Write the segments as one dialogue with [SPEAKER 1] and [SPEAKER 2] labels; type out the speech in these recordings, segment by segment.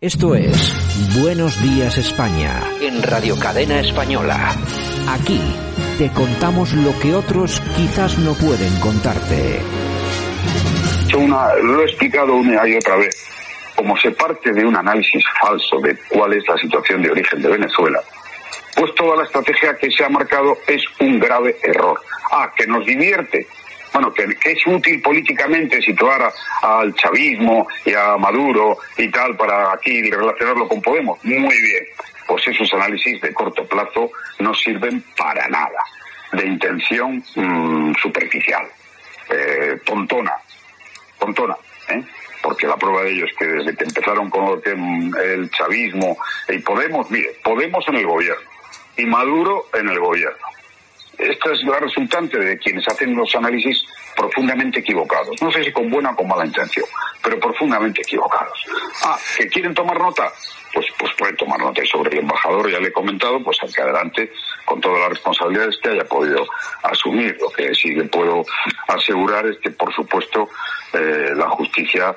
[SPEAKER 1] Esto es Buenos Días España en Radio Cadena Española. Aquí te contamos lo que otros quizás no pueden contarte.
[SPEAKER 2] Una, lo he explicado una y otra vez. Como se parte de un análisis falso de cuál es la situación de origen de Venezuela, pues toda la estrategia que se ha marcado es un grave error. Ah, que nos divierte. Bueno, que, que es útil políticamente situar a- al chavismo y a Maduro y tal para aquí relacionarlo con Podemos. Muy bien. Pues esos análisis de corto plazo no sirven para nada. De intención mm, superficial, eh, tontona, tontona, ¿eh? porque la prueba de ello es que desde que empezaron con lo que, mm, el chavismo y Podemos, mire, Podemos en el gobierno y Maduro en el gobierno. Esta es la resultante de quienes hacen los análisis profundamente equivocados. No sé si con buena o con mala intención, pero profundamente equivocados. Ah, ¿que quieren tomar nota? Pues, pues pueden tomar nota. Y sobre el embajador, ya le he comentado, pues al que adelante con todas las responsabilidades que haya podido asumir. Lo que sí le puedo asegurar es que, por supuesto, eh, la justicia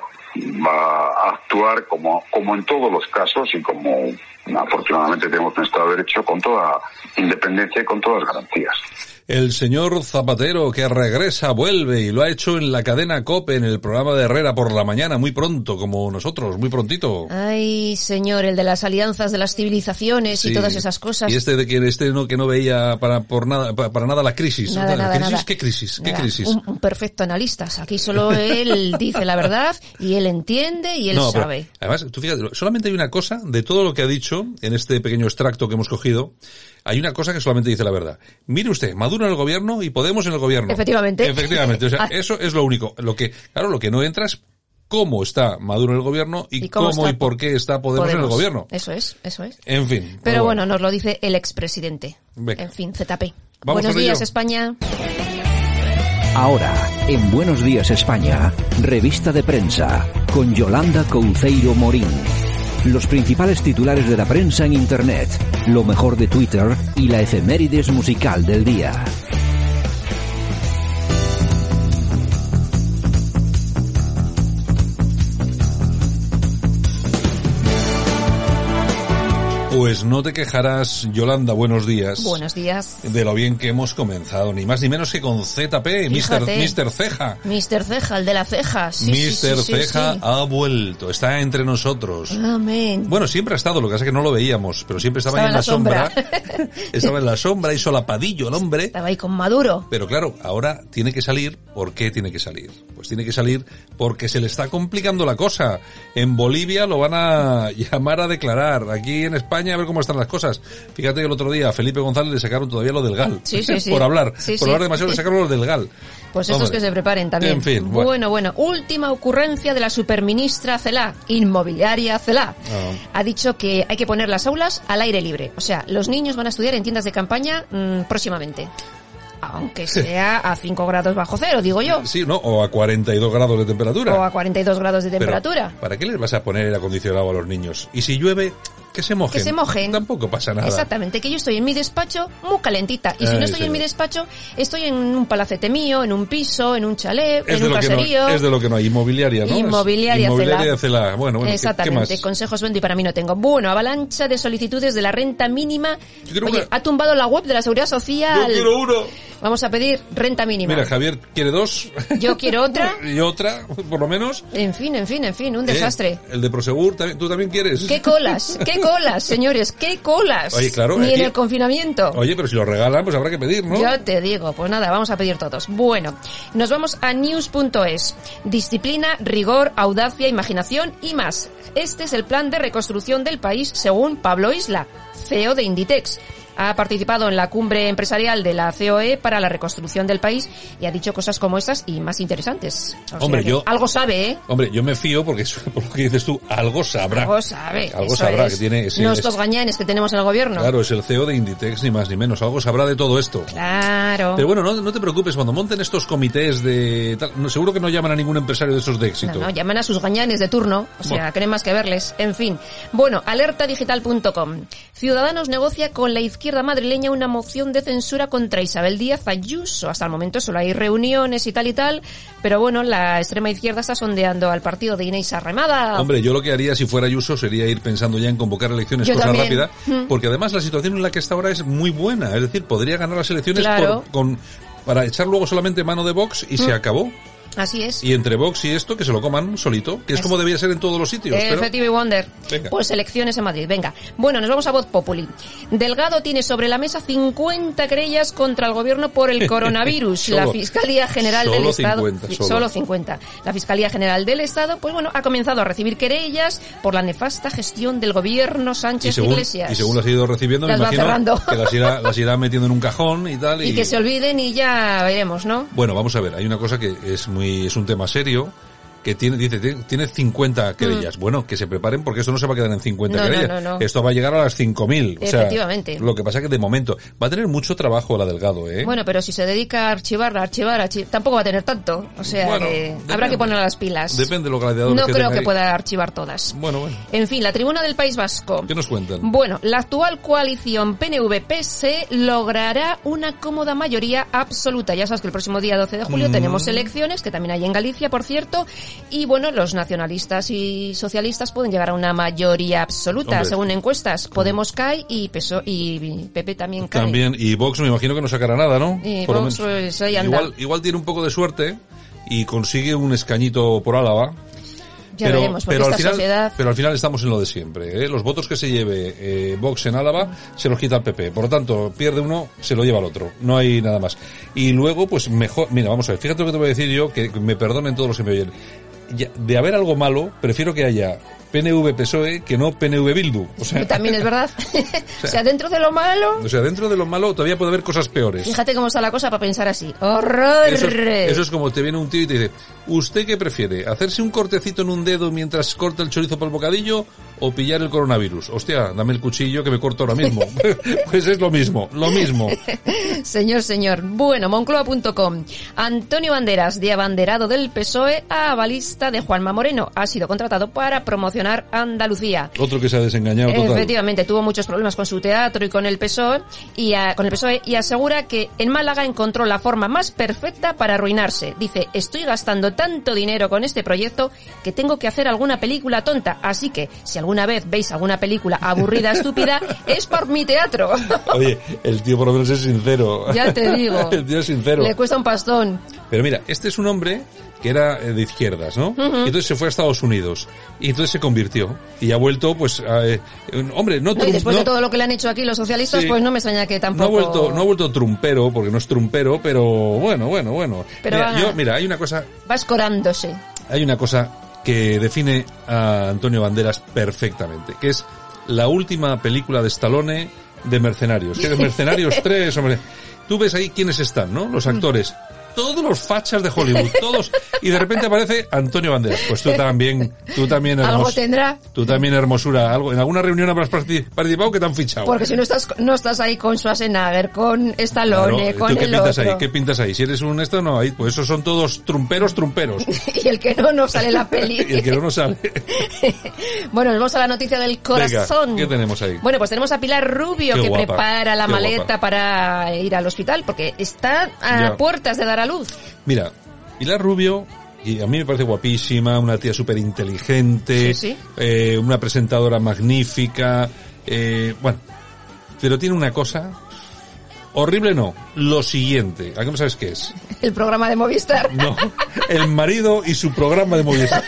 [SPEAKER 2] va a actuar como, como en todos los casos y como afortunadamente tenemos un Estado de Derecho con toda independencia y con todas las garantías.
[SPEAKER 3] El señor Zapatero que regresa, vuelve y lo ha hecho en la cadena COPE, en el programa de Herrera por la mañana, muy pronto, como nosotros, muy prontito.
[SPEAKER 4] Ah, Ay, señor, el de las alianzas de las civilizaciones y
[SPEAKER 3] Sí.
[SPEAKER 4] todas esas cosas.
[SPEAKER 3] Y este de que este no que no veía para por nada pa- para, nada la crisis.
[SPEAKER 4] Nada,
[SPEAKER 3] ¿La
[SPEAKER 4] nada,
[SPEAKER 3] crisis?
[SPEAKER 4] nada.
[SPEAKER 3] ¿Qué crisis? ¿Qué
[SPEAKER 4] Nada.
[SPEAKER 3] crisis?
[SPEAKER 4] Un, un perfecto analista. Aquí solo él dice la verdad y él entiende y él
[SPEAKER 3] No, pero
[SPEAKER 4] sabe.
[SPEAKER 3] además, tú fíjate, solamente hay una cosa de todo lo que ha dicho en este pequeño extracto que hemos cogido. Hay una cosa que solamente dice la verdad. Mire usted, Maduro en el gobierno y Podemos en el gobierno.
[SPEAKER 4] Efectivamente.
[SPEAKER 3] Efectivamente. O sea,
[SPEAKER 4] Ah.
[SPEAKER 3] eso es lo único. Lo que, claro, lo que no entra es cómo está Maduro en el gobierno y,
[SPEAKER 4] ¿Y cómo
[SPEAKER 3] cómo, y
[SPEAKER 4] está
[SPEAKER 3] por qué está Podemos, en el gobierno.
[SPEAKER 4] Eso es, eso es.
[SPEAKER 3] En fin.
[SPEAKER 4] Pero, bueno, nos lo dice el expresidente.
[SPEAKER 3] Venga.
[SPEAKER 4] En fin, ZP.
[SPEAKER 3] Vamos
[SPEAKER 4] Buenos
[SPEAKER 3] con ello.
[SPEAKER 4] días, España.
[SPEAKER 1] Ahora, en Buenos Días España, revista de prensa, con Yolanda Couceiro Morín. Los principales titulares de la prensa en Internet, lo mejor de Twitter y la efemérides musical del día.
[SPEAKER 3] Pues no te quejarás, Yolanda, buenos días.
[SPEAKER 4] Buenos días.
[SPEAKER 3] De lo bien que hemos comenzado, ni más ni menos que con ZP,
[SPEAKER 4] Fíjate.
[SPEAKER 3] Mr. Ceja.
[SPEAKER 4] Mister Ceja, el de la ceja. Sí, sí,
[SPEAKER 3] Mr.
[SPEAKER 4] sí, sí,
[SPEAKER 3] Ceja ah.
[SPEAKER 4] sí. Ah.
[SPEAKER 3] ha vuelto, está entre nosotros.
[SPEAKER 4] Amén.
[SPEAKER 3] Bueno, siempre ha estado, lo que pasa es que no lo veíamos, pero siempre estaba, ahí en la sombra. estaba en la sombra y solapadillo el hombre.
[SPEAKER 4] Estaba ahí con Maduro.
[SPEAKER 3] Pero claro, ahora tiene que salir. ¿Por qué tiene que salir? Pues tiene que salir porque se le está complicando la cosa. En Bolivia lo van a llamar a declarar. Aquí en España a ver cómo están las cosas. Fíjate que el otro día a Felipe González le sacaron todavía lo del GAL.
[SPEAKER 4] Sí, sí, sí.
[SPEAKER 3] por hablar.
[SPEAKER 4] Sí,
[SPEAKER 3] por
[SPEAKER 4] sí.
[SPEAKER 3] hablar demasiado le sacaron lo del GAL.
[SPEAKER 4] Pues esos
[SPEAKER 3] Hombre.
[SPEAKER 4] que se preparen también.
[SPEAKER 3] En fin, bueno.
[SPEAKER 4] bueno. bueno, Última ocurrencia de la superministra Celá, inmobiliaria Celá.
[SPEAKER 3] Ah.
[SPEAKER 4] Ha dicho que hay que poner las aulas al aire libre. O sea, los niños van a estudiar en tiendas de campaña mm, próximamente. Aunque sea a 5 grados bajo cero, digo yo.
[SPEAKER 3] Sí, ¿no? O a 42 grados de temperatura.
[SPEAKER 4] O a 42 grados de
[SPEAKER 3] Pero,
[SPEAKER 4] temperatura.
[SPEAKER 3] ¿Para qué les vas a poner el acondicionado a los niños? Y si llueve, que se mojen.
[SPEAKER 4] que se mojen.
[SPEAKER 3] Tampoco pasa nada.
[SPEAKER 4] Exactamente, que yo estoy en mi despacho muy calentita. Y si
[SPEAKER 3] Ay,
[SPEAKER 4] no estoy en
[SPEAKER 3] señor.
[SPEAKER 4] mi despacho, estoy en un palacete mío, en un piso, en un chalet,
[SPEAKER 3] Es
[SPEAKER 4] en
[SPEAKER 3] de,
[SPEAKER 4] un
[SPEAKER 3] lo que no,
[SPEAKER 4] caserío.
[SPEAKER 3] es de lo que no hay, inmobiliaria, ¿no?
[SPEAKER 4] Inmobiliaria,
[SPEAKER 3] Inmobiliaria
[SPEAKER 4] Cela.
[SPEAKER 3] Cela. Bueno, bueno, ¿qué-
[SPEAKER 4] Exactamente,
[SPEAKER 3] ¿qué, más?
[SPEAKER 4] consejos vendo y para mí no tengo. Bueno, avalancha de solicitudes de la renta mínima.
[SPEAKER 3] Yo quiero
[SPEAKER 4] Oye,
[SPEAKER 3] una.
[SPEAKER 4] ha tumbado la web de la Seguridad Social.
[SPEAKER 3] Yo quiero uno.
[SPEAKER 4] Vamos a pedir renta mínima.
[SPEAKER 3] Mira, Javier quiere dos.
[SPEAKER 4] Yo quiero otra.
[SPEAKER 3] y otra, por lo menos.
[SPEAKER 4] En fin, en fin, en fin, un
[SPEAKER 3] Eh,
[SPEAKER 4] desastre.
[SPEAKER 3] el de Prosegur, también- ¿tú también quieres?
[SPEAKER 4] ¿Qué colas? ¿Qué colas, señores? ¿Qué colas?
[SPEAKER 3] Oye, claro,
[SPEAKER 4] Ni en
[SPEAKER 3] aquí-
[SPEAKER 4] el confinamiento.
[SPEAKER 3] Oye, pero si lo regalan, pues habrá que pedir, ¿no?
[SPEAKER 4] Ya te digo, pues nada, vamos a pedir todos. Bueno, nos vamos a news.es. Disciplina, rigor, audacia, imaginación y más. Este es el plan de reconstrucción del país según Pablo Isla, CEO de Inditex. Ha participado en la cumbre empresarial de la COE E para la reconstrucción del país y ha dicho cosas como estas y más interesantes. O sea
[SPEAKER 3] Hombre,
[SPEAKER 4] que
[SPEAKER 3] yo-
[SPEAKER 4] Algo sabe, ¿eh?
[SPEAKER 3] Hombre, yo me fío porque eso- por lo que dices tú, algo sabrá.
[SPEAKER 4] Algo sabe.
[SPEAKER 3] Ah, Algo
[SPEAKER 4] eso
[SPEAKER 3] sabrá
[SPEAKER 4] es.
[SPEAKER 3] que tiene... ese-
[SPEAKER 4] No
[SPEAKER 3] ese-
[SPEAKER 4] estos gañanes que tenemos en el gobierno.
[SPEAKER 3] Claro, es el CEO de Inditex, ni más ni menos. Algo sabrá de todo esto.
[SPEAKER 4] Claro.
[SPEAKER 3] Pero bueno, no, no te preocupes, cuando monten estos comités de... tal, no, seguro que no llaman a ningún empresario de esos de éxito.
[SPEAKER 4] No, no, llaman a sus gañanes de turno, o sea,
[SPEAKER 3] Bueno.
[SPEAKER 4] que no hay más que verles. En fin. Bueno, alertadigital.com. Ciudadanos negocia con la izquierda. izquierda madrileña una moción de censura contra Isabel Díaz Ayuso. Hasta el momento solo hay reuniones y tal y tal, pero bueno, la extrema izquierda está sondeando al partido de Inés Arremada.
[SPEAKER 3] Hombre, yo lo que haría si fuera Ayuso sería ir pensando ya en convocar elecciones,
[SPEAKER 4] Yo
[SPEAKER 3] cosa
[SPEAKER 4] también.
[SPEAKER 3] rápida,
[SPEAKER 4] Mm.
[SPEAKER 3] porque además la situación en la que está ahora es muy buena, es decir, podría ganar las elecciones
[SPEAKER 4] Claro. Mm.
[SPEAKER 3] por- con para echar luego solamente mano de Vox y se acabó.
[SPEAKER 4] Así es.
[SPEAKER 3] Y entre Vox y esto, que se lo coman solito, que es,
[SPEAKER 4] Es-
[SPEAKER 3] como debía ser en todos los sitios. pero-
[SPEAKER 4] Efectivo y Wonder.
[SPEAKER 3] Venga.
[SPEAKER 4] Pues elecciones en Madrid. Venga. Bueno, nos vamos a Voz Populi. Delgado tiene sobre la mesa 50 querellas contra el gobierno por el coronavirus. la
[SPEAKER 3] Solo-
[SPEAKER 4] Fiscalía General
[SPEAKER 3] solo
[SPEAKER 4] del Estado.
[SPEAKER 3] 50,
[SPEAKER 4] Sí,
[SPEAKER 3] solo.
[SPEAKER 4] 50. La Fiscalía General del Estado, pues bueno, ha comenzado a recibir querellas por la nefasta gestión del gobierno
[SPEAKER 3] y
[SPEAKER 4] Sánchez
[SPEAKER 3] según,
[SPEAKER 4] Iglesias.
[SPEAKER 3] y según las ha ido recibiendo,
[SPEAKER 4] Las
[SPEAKER 3] me
[SPEAKER 4] va
[SPEAKER 3] imagino
[SPEAKER 4] cerrando.
[SPEAKER 3] que las irá, las irá metiendo en un cajón y tal. Y,
[SPEAKER 4] Y que se olviden y ya veremos, ¿no?
[SPEAKER 3] Bueno, vamos a ver, hay una cosa que es muy, es un tema serio, que tiene, dice, tiene- tiene 50 querellas. Bueno, que se preparen porque esto no se va a quedar en 50
[SPEAKER 4] Mm. No, no,
[SPEAKER 3] querellas.
[SPEAKER 4] no, no.
[SPEAKER 3] Esto va a llegar a las 5.000. O sea,
[SPEAKER 4] Efectivamente.
[SPEAKER 3] lo que pasa que de momento va a tener mucho trabajo la Delgado, ¿eh?
[SPEAKER 4] Bueno, pero si se dedica a archivar, a archivar, a archi- tampoco va a tener tanto. O sea,
[SPEAKER 3] Bueno,
[SPEAKER 4] que
[SPEAKER 3] depende.
[SPEAKER 4] habrá que poner las pilas.
[SPEAKER 3] Depende de los gladiadores
[SPEAKER 4] No
[SPEAKER 3] que
[SPEAKER 4] creo
[SPEAKER 3] tenga
[SPEAKER 4] que
[SPEAKER 3] ahí.
[SPEAKER 4] pueda archivar todas.
[SPEAKER 3] Bueno, bueno.
[SPEAKER 4] En fin, la tribuna del País Vasco.
[SPEAKER 3] ¿Qué nos cuentan?
[SPEAKER 4] Bueno, la actual coalición PNV-PS logrará una cómoda mayoría absoluta. Ya sabes que el próximo día 12 de
[SPEAKER 3] Mm.
[SPEAKER 4] julio tenemos elecciones, que también hay en Galicia, por cierto. Y bueno, los nacionalistas y socialistas pueden llegar a una mayoría absoluta,
[SPEAKER 3] Hombre.
[SPEAKER 4] según encuestas. Podemos cae y PSOE E y PP también cae.
[SPEAKER 3] También, y Vox me imagino que no sacará nada, ¿no?
[SPEAKER 4] Y
[SPEAKER 3] lo
[SPEAKER 4] Vox, pues, ahí anda.
[SPEAKER 3] Igual, igual tiene un poco de suerte y consigue un escañito por Álava.
[SPEAKER 4] Ya veremos, porque
[SPEAKER 3] pero
[SPEAKER 4] esta
[SPEAKER 3] al final,
[SPEAKER 4] sociedad...
[SPEAKER 3] Pero al final estamos en lo de siempre. ¿eh? Los votos que se lleve eh, Vox en Álava se los quita el PP. Por lo tanto, pierde uno, se lo lleva el otro. No hay nada más. Y luego, pues mejor... Mira, vamos a ver, fíjate lo que te voy a decir yo, que me perdonen todos los que me oyen. Ya- de haber algo malo, prefiero que haya PNV-PSOE E, que no PNV-Bildu. O sea,
[SPEAKER 4] También es verdad. o sea, dentro de lo malo...
[SPEAKER 3] o sea, dentro de lo malo todavía puede haber cosas peores.
[SPEAKER 4] Fíjate cómo está la cosa para pensar así. ¡Horror!
[SPEAKER 3] Eso es, eso es como te viene un tío y te dice, ¿usted qué prefiere? ¿Hacerse un cortecito en un dedo mientras corta el chorizo para el bocadillo o pillar el coronavirus? Hostia, dame el cuchillo que me corto ahora mismo. pues es lo mismo, lo mismo.
[SPEAKER 4] Señor, señor. Bueno, moncloa.com. Antonio Banderas, de abanderado del PSOE E a balista de Juanma Moreno, ha sido contratado para promocionar Andalucía.
[SPEAKER 3] Otro que se ha desengañado total.
[SPEAKER 4] Efectivamente, tuvo muchos problemas con su teatro y con el PSOE E y a- con el PSOE E y asegura que en Málaga encontró la forma más perfecta para arruinarse. Dice, "Estoy gastando tanto dinero con este proyecto que tengo que hacer alguna película tonta, así que si alguna vez veis alguna película aburrida, estúpida, es por mi teatro."
[SPEAKER 3] Oye, el tío por lo menos es sincero.
[SPEAKER 4] Ya te digo.
[SPEAKER 3] el tío es sincero.
[SPEAKER 4] Le cuesta un pastón.
[SPEAKER 3] Pero mira, este es un hombre que era eh, de izquierdas, ¿no? Y entonces se fue a Estados Unidos. Y entonces se convirtió. Y ha vuelto, pues, a, eh, un- hombre, no...
[SPEAKER 4] No, y
[SPEAKER 3] Trump,
[SPEAKER 4] después de
[SPEAKER 3] no-
[SPEAKER 4] todo lo que le han hecho aquí los socialistas,
[SPEAKER 3] Sí.
[SPEAKER 4] pues no me extraña que tampoco.
[SPEAKER 3] No ha vuelto, no ha vuelto trumpero, porque no es trumpero, pero bueno, bueno, bueno.
[SPEAKER 4] Pero
[SPEAKER 3] mira,
[SPEAKER 4] va-
[SPEAKER 3] yo- mira, hay una cosa,
[SPEAKER 4] Va escorándose.
[SPEAKER 3] hay una cosa que define a Antonio Banderas perfectamente, que es la última película de Stallone de Mercenarios, que de Mercenarios 3, hombre. Tú ves ahí quiénes están, ¿no?
[SPEAKER 4] Mm.
[SPEAKER 3] Los actores. Todos los fachas de Hollywood, todos. Y de repente aparece Antonio Banderas. Pues tú también, tú también
[SPEAKER 4] Algo
[SPEAKER 3] hermos-
[SPEAKER 4] tendrá.
[SPEAKER 3] Tú también hermosura. Algo, en alguna reunión habrás parti- participado que te han fichado.
[SPEAKER 4] Porque si no estás, no estás ahí con Schwarzenegger, con
[SPEAKER 3] Claro,
[SPEAKER 4] Stallone,
[SPEAKER 3] ¿tú
[SPEAKER 4] con
[SPEAKER 3] qué
[SPEAKER 4] el
[SPEAKER 3] pintas
[SPEAKER 4] otro.
[SPEAKER 3] ahí? ¿Qué pintas ahí? Si eres un esto, no, ahí, pues esos son todos trumperos, trumperos.
[SPEAKER 4] Y el que no, no sale la
[SPEAKER 3] y el
[SPEAKER 4] peli.
[SPEAKER 3] que no lo sabe.
[SPEAKER 4] bueno, nos vamos a la noticia del corazón.
[SPEAKER 3] ¿qué tenemos ahí?
[SPEAKER 4] Bueno, pues tenemos a Pilar Rubio
[SPEAKER 3] Qué
[SPEAKER 4] que
[SPEAKER 3] guapa,
[SPEAKER 4] prepara la
[SPEAKER 3] qué
[SPEAKER 4] maleta
[SPEAKER 3] guapa.
[SPEAKER 4] para ir al hospital porque está a
[SPEAKER 3] Ya.
[SPEAKER 4] puertas de dar a luz.
[SPEAKER 3] Mira, Pilar Rubio, y a mí me parece guapísima, una tía súper inteligente,
[SPEAKER 4] Sí, sí.
[SPEAKER 3] eh, una presentadora magnífica, eh, bueno, pero tiene una cosa horrible, no, lo siguiente, ¿a qué no sabes qué es?
[SPEAKER 4] El programa de Movistar.
[SPEAKER 3] No, el marido y su programa de Movistar.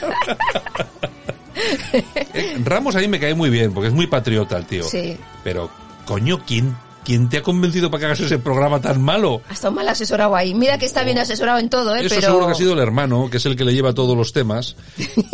[SPEAKER 3] Eh, Ramos ahí me cae muy bien, porque es muy patriota el tío.
[SPEAKER 4] Sí.
[SPEAKER 3] Pero, coño, ¿quién, ¿quién te ha convencido para que hagas ese programa tan malo?
[SPEAKER 4] Ha estado mal asesorado ahí. Mira que está bien asesorado en todo, ¿eh?
[SPEAKER 3] Oh. Eso
[SPEAKER 4] pero...
[SPEAKER 3] seguro que ha sido el hermano, que es el que le lleva todos los temas.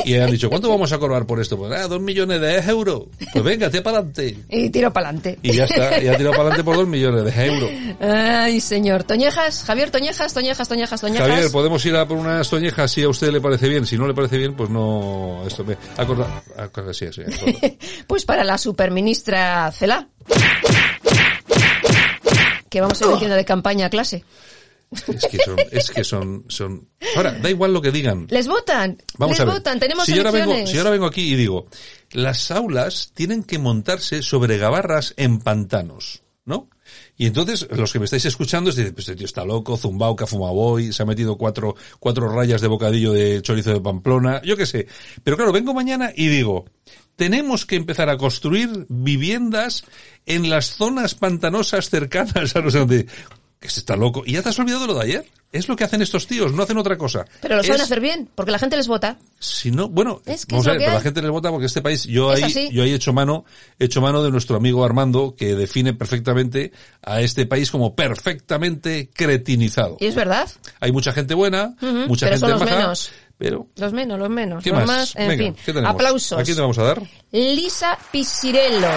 [SPEAKER 3] Y han dicho, ¿cuánto vamos a cobrar por esto? Pues, ah, dos millones de euros. Pues venga, te para adelante.
[SPEAKER 4] Y tiro para adelante.
[SPEAKER 3] Y ya está, ya ha tirado para adelante por dos millones de euros.
[SPEAKER 4] Ay, señor. Toñejas, Javier, Toñejas, Toñejas, Toñejas, Toñejas.
[SPEAKER 3] Javier, podemos ir a por unas toñejas si a usted le parece bien. Si no le parece bien, pues no. Esto me. Acorda. acorda- sí, sí, acorda.
[SPEAKER 4] Pues para la superministra Cela. Que vamos
[SPEAKER 3] Oh.
[SPEAKER 4] a ir metiendo de campaña a clase.
[SPEAKER 3] Es que son. Es que son, son. Ahora, da igual lo que digan.
[SPEAKER 4] Les votan,
[SPEAKER 3] Vamos
[SPEAKER 4] les
[SPEAKER 3] a ver.
[SPEAKER 4] votan, tenemos
[SPEAKER 3] si yo, ahora
[SPEAKER 4] elecciones.
[SPEAKER 3] vengo, si yo ahora vengo aquí y digo, las aulas tienen que montarse sobre gabarras en pantanos. ¿no? Y entonces, los que me estáis escuchando, es decir, pues este tío está loco, zumbao, que ha fumado hoy, se ha metido cuatro, cuatro rayas de bocadillo de chorizo de Pamplona, yo qué sé. Pero claro, vengo mañana y digo, tenemos que empezar a construir viviendas en las zonas pantanosas cercanas a los donde que se está loco. Y ya te has olvidado lo de ayer. Es lo que hacen estos tíos, no hacen otra cosa.
[SPEAKER 4] Pero lo saben
[SPEAKER 3] Es-
[SPEAKER 4] hacer bien, porque la gente les vota.
[SPEAKER 3] si no, bueno,
[SPEAKER 4] Es que
[SPEAKER 3] vamos
[SPEAKER 4] es
[SPEAKER 3] a
[SPEAKER 4] lo
[SPEAKER 3] ver,
[SPEAKER 4] que
[SPEAKER 3] pero la
[SPEAKER 4] hay.
[SPEAKER 3] gente le vota porque este país, yo
[SPEAKER 4] Es
[SPEAKER 3] ahí,
[SPEAKER 4] así.
[SPEAKER 3] yo ahí he hecho mano, he hecho mano de nuestro amigo Armando, que define perfectamente a este país como perfectamente cretinizado.
[SPEAKER 4] Y es verdad.
[SPEAKER 3] Hay mucha gente buena,
[SPEAKER 4] Ujú,
[SPEAKER 3] mucha
[SPEAKER 4] pero
[SPEAKER 3] gente
[SPEAKER 4] son los
[SPEAKER 3] maja,
[SPEAKER 4] menos.
[SPEAKER 3] pero
[SPEAKER 4] Los menos, los menos.
[SPEAKER 3] ¿qué
[SPEAKER 4] los
[SPEAKER 3] más?
[SPEAKER 4] más, en
[SPEAKER 3] Venga,
[SPEAKER 4] fin.
[SPEAKER 3] ¿qué tenemos?
[SPEAKER 4] Aplausos.
[SPEAKER 3] ¿A quién te vamos a dar?
[SPEAKER 4] Lisa Pisirello.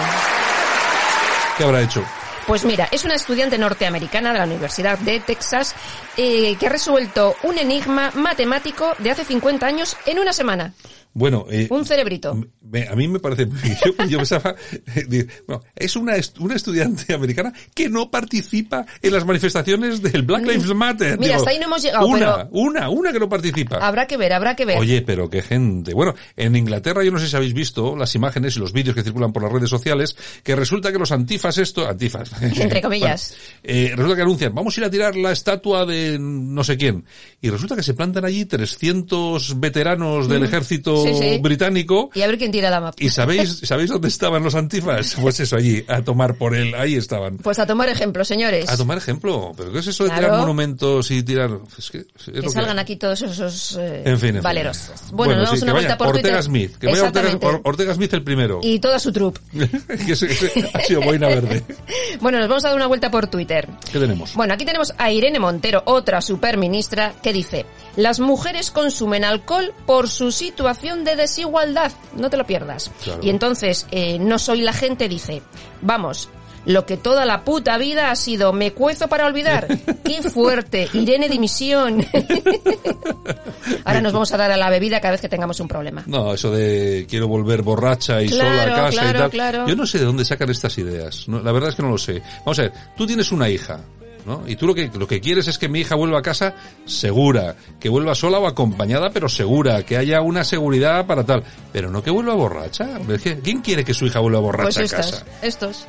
[SPEAKER 3] ¿Qué habrá hecho?
[SPEAKER 4] Pues mira, es una estudiante norteamericana de la Universidad de Texas eh, que ha resuelto un enigma matemático de hace 50 años en una semana.
[SPEAKER 3] Bueno, eh,
[SPEAKER 4] Un cerebrito.
[SPEAKER 3] me- a mí me parece muy- yo, yo pensaba eh, digo, bueno, es una est- una estudiante americana que no participa en las manifestaciones del Black Lives Matter
[SPEAKER 4] Mira, hasta ahí no hemos llegado,
[SPEAKER 3] una
[SPEAKER 4] pero-
[SPEAKER 3] una una que no participa
[SPEAKER 4] Habrá que ver, habrá que ver.
[SPEAKER 3] Oye, pero qué gente. Bueno, en Inglaterra yo no sé si habéis visto las imágenes y los vídeos que circulan por las redes sociales, que resulta que los antifas esto, antifas.
[SPEAKER 4] Entre comillas.
[SPEAKER 3] Bueno, eh, resulta que anuncian, vamos a ir a tirar la estatua de no sé quién. Y resulta que se plantan allí 300 veteranos del ejército
[SPEAKER 4] Mm. Sí, sí.
[SPEAKER 3] británico.
[SPEAKER 4] Y a ver quién tira la mapa.
[SPEAKER 3] ¿Y sabéis, sabéis dónde estaban los antifas? Pues eso, allí, a tomar por él, ahí estaban.
[SPEAKER 4] Pues a tomar ejemplo, señores.
[SPEAKER 3] A tomar ejemplo. ¿Pero qué es eso de
[SPEAKER 4] Claro.
[SPEAKER 3] tirar monumentos y tirar...? Pues Es que, es lo
[SPEAKER 4] que
[SPEAKER 3] que-
[SPEAKER 4] salgan aquí todos esos eh,
[SPEAKER 3] En fin, en fin.
[SPEAKER 4] valerosos. Bueno, nos damos
[SPEAKER 3] sí,
[SPEAKER 4] una
[SPEAKER 3] que
[SPEAKER 4] vuelta
[SPEAKER 3] vaya,
[SPEAKER 4] por
[SPEAKER 3] Ortega
[SPEAKER 4] Twitter.
[SPEAKER 3] Smith, que vaya Ortega,
[SPEAKER 4] Exactamente.
[SPEAKER 3] Or- Ortega Smith el primero.
[SPEAKER 4] Y toda su troupe.
[SPEAKER 3] que ese- ese ha sido boina verde.
[SPEAKER 4] Bueno, nos vamos a dar una vuelta por Twitter.
[SPEAKER 3] ¿Qué tenemos?
[SPEAKER 4] Bueno, aquí tenemos a Irene Montero, otra superministra, que dice, las mujeres consumen alcohol por su situación de desigualdad, no te lo pierdas.
[SPEAKER 3] Claro.
[SPEAKER 4] Y entonces, eh, no soy la gente, dice, vamos, lo que toda la puta vida ha sido, me cuezo para olvidar. ¡Qué fuerte! Irene dimisión. Ahora nos vamos a dar a la bebida cada vez que tengamos un problema.
[SPEAKER 3] No, eso de quiero volver borracha y
[SPEAKER 4] Claro,
[SPEAKER 3] sola a casa
[SPEAKER 4] claro,
[SPEAKER 3] y tal.
[SPEAKER 4] claro.
[SPEAKER 3] Yo no sé de dónde sacan estas ideas. No, la verdad es que no lo sé. Vamos a ver, tú tienes una hija, ¿no? Y tú lo que, lo que quieres es que mi hija vuelva a casa segura, que vuelva sola o acompañada, pero segura, que haya una seguridad para tal. Pero no que vuelva borracha. Es que, ¿Quién quiere que su hija vuelva
[SPEAKER 4] Pues
[SPEAKER 3] borracha a
[SPEAKER 4] estos,
[SPEAKER 3] casa?
[SPEAKER 4] estos,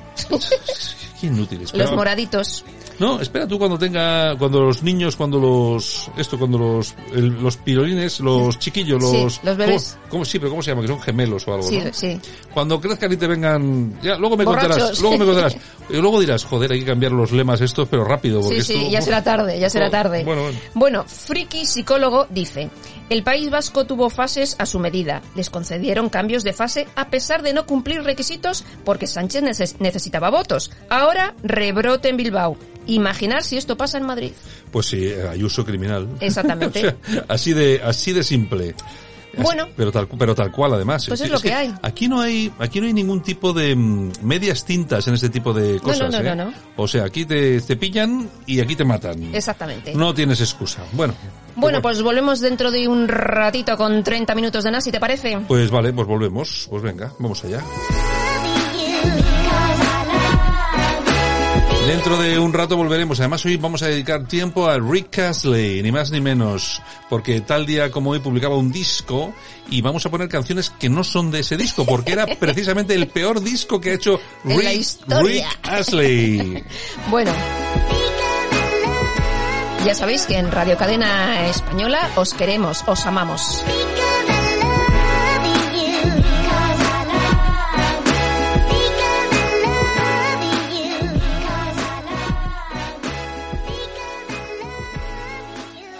[SPEAKER 3] Qué inútiles.
[SPEAKER 4] los
[SPEAKER 3] Pero-
[SPEAKER 4] moraditos.
[SPEAKER 3] No, espera tú cuando tenga, cuando los niños, cuando los, esto, cuando los, el- los pirolines, los chiquillos,
[SPEAKER 4] Sí,
[SPEAKER 3] los...
[SPEAKER 4] los bebés.
[SPEAKER 3] ¿cómo, cómo- sí, pero ¿cómo se llama? Que son gemelos o algo,
[SPEAKER 4] Sí,
[SPEAKER 3] ¿no?
[SPEAKER 4] sí.
[SPEAKER 3] Cuando crezcan y te vengan, ya, luego me
[SPEAKER 4] Borrachos.
[SPEAKER 3] contarás, luego me contarás. Y luego dirás, joder, hay que cambiar los lemas estos, pero rápido, porque
[SPEAKER 4] Sí, sí,
[SPEAKER 3] esto-
[SPEAKER 4] ya será tarde, ya será
[SPEAKER 3] Bueno,
[SPEAKER 4] tarde.
[SPEAKER 3] bueno, bueno.
[SPEAKER 4] Friki Psicólogo dice, el País Vasco tuvo fases a su medida. Les concedieron cambios de fase a pesar de no cumplir requisitos porque Sánchez neces- necesitaba votos. Ahora rebrote en Bilbao. Imaginar si esto pasa en Madrid.
[SPEAKER 3] Pues sí, hay uso criminal.
[SPEAKER 4] Exactamente.
[SPEAKER 3] O sea, así de, así de simple. Así-
[SPEAKER 4] Bueno.
[SPEAKER 3] Pero tal, pero tal cual, además.
[SPEAKER 4] Pues es lo que hay.
[SPEAKER 3] Aquí no hay, aquí no hay ningún tipo de mm, medias tintas en este tipo de cosas.
[SPEAKER 4] no, no,
[SPEAKER 3] ¿eh?
[SPEAKER 4] no.
[SPEAKER 3] O sea, aquí te, te pillan y aquí te matan.
[SPEAKER 4] Exactamente.
[SPEAKER 3] No tienes excusa. Bueno.
[SPEAKER 4] Bueno, pues volvemos dentro de un ratito con 30 minutos de Nasi, ¿te parece?
[SPEAKER 3] Pues vale, pues volvemos. Pues venga, vamos allá. Dentro de un rato volveremos. Además, hoy vamos a dedicar tiempo a Rick Castley, ni más ni menos, porque tal día como hoy publicaba un disco y vamos a poner canciones que no son de ese disco, porque era precisamente el peor disco que ha hecho
[SPEAKER 4] En la
[SPEAKER 3] Rick,
[SPEAKER 4] historia.
[SPEAKER 3] Rick Astley.
[SPEAKER 4] Bueno. Ya sabéis que en Radio Cadena Española os queremos, os amamos.
[SPEAKER 5] Pica